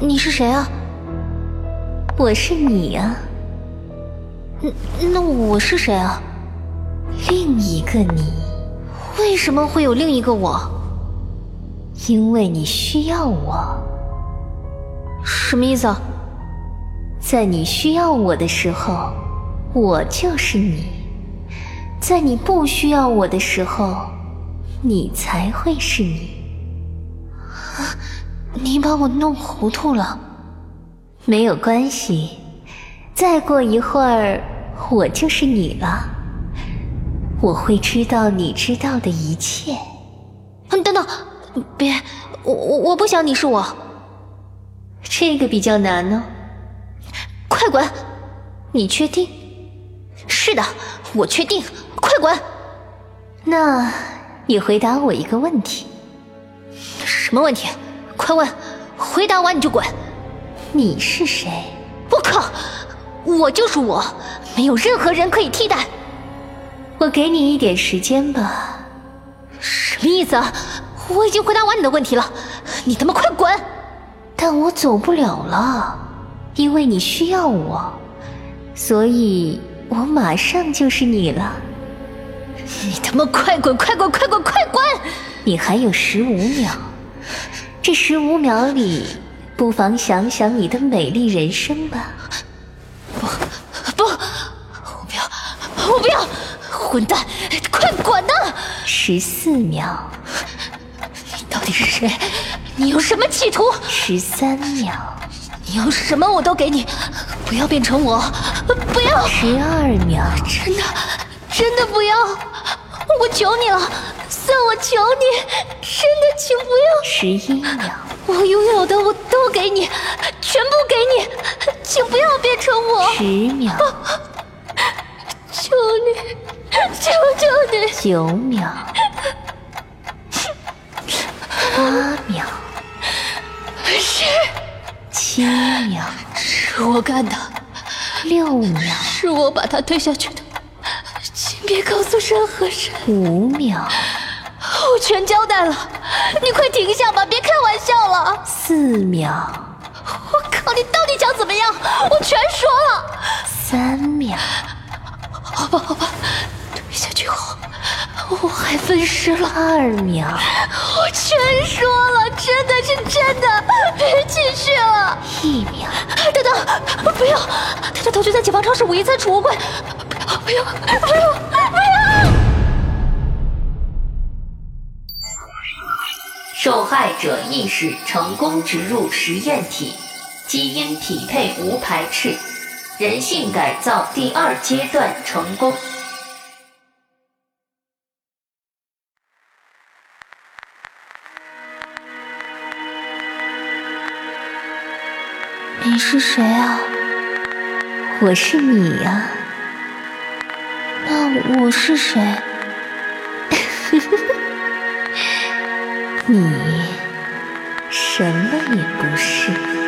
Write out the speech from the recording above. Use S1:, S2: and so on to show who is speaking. S1: 你是谁啊？
S2: 我是你啊，
S1: 嗯那那我是谁啊？
S2: 另一个你，
S1: 为什么会有另一个我？
S2: 因为你需要我。
S1: 什么意思啊？
S2: 在你需要我的时候，我就是你；在你不需要我的时候，你才会是你。
S1: 啊！你把我弄糊涂了。
S2: 没有关系，再过一会儿我就是你了。我会知道你知道的一切。
S1: 嗯，等等，别，我我我不想你是我。
S2: 这个比较难哦。
S1: 快滚！
S2: 你确定？
S1: 是的，我确定。快滚！
S2: 那你回答我一个问题。
S1: 什么问题？快问！回答完你就滚。
S2: 你是谁？
S1: 我靠！我就是我，没有任何人可以替代。
S2: 我给你一点时间吧。
S1: 什么意思啊？我已经回答完你的问题了，你他妈快滚！
S2: 但我走不了了，因为你需要我，所以我马上就是你了。
S1: 你他妈快滚！快滚！快滚！快滚！
S2: 你还有十五秒，这十五秒里。不妨想想你的美丽人生吧。
S1: 不不，我不要，我不要！混蛋，快滚呐！
S2: 十四秒，
S1: 你到底是谁？你有什么企图？
S2: 十三秒，
S1: 你要什么我都给你，不要变成我，不要！
S2: 十二秒，
S1: 真的，真的不要！我求你了，算我求你，真的请不要！
S2: 十一秒，
S1: 我拥有的我。都给你，全部给你，请不要变成我。
S2: 十秒，
S1: 求你，求求你。
S2: 九秒，八秒，
S1: 是
S2: 七秒，
S1: 是我干的。
S2: 六秒，
S1: 是我把他推下去的，请别告诉任何人。
S2: 五秒，
S1: 我全交代了。你快停下吧，别开玩笑了！
S2: 四秒，
S1: 我靠，你到底想怎么样？我全说了。
S2: 三秒，
S1: 好吧，好吧，推下去后，我还分尸了。
S2: 二秒，
S1: 我全说了，真的是真的，别继续了。
S2: 一秒，
S1: 等等，不要！他的头就在解放超市五一餐储物柜，不要，不要，不要，不要！
S3: 受害者意识成功植入实验体，基因匹配无排斥，人性改造第二阶段成功。
S1: 你是谁啊？
S2: 我是你啊。
S1: 那我是谁？
S2: 你什么也不是。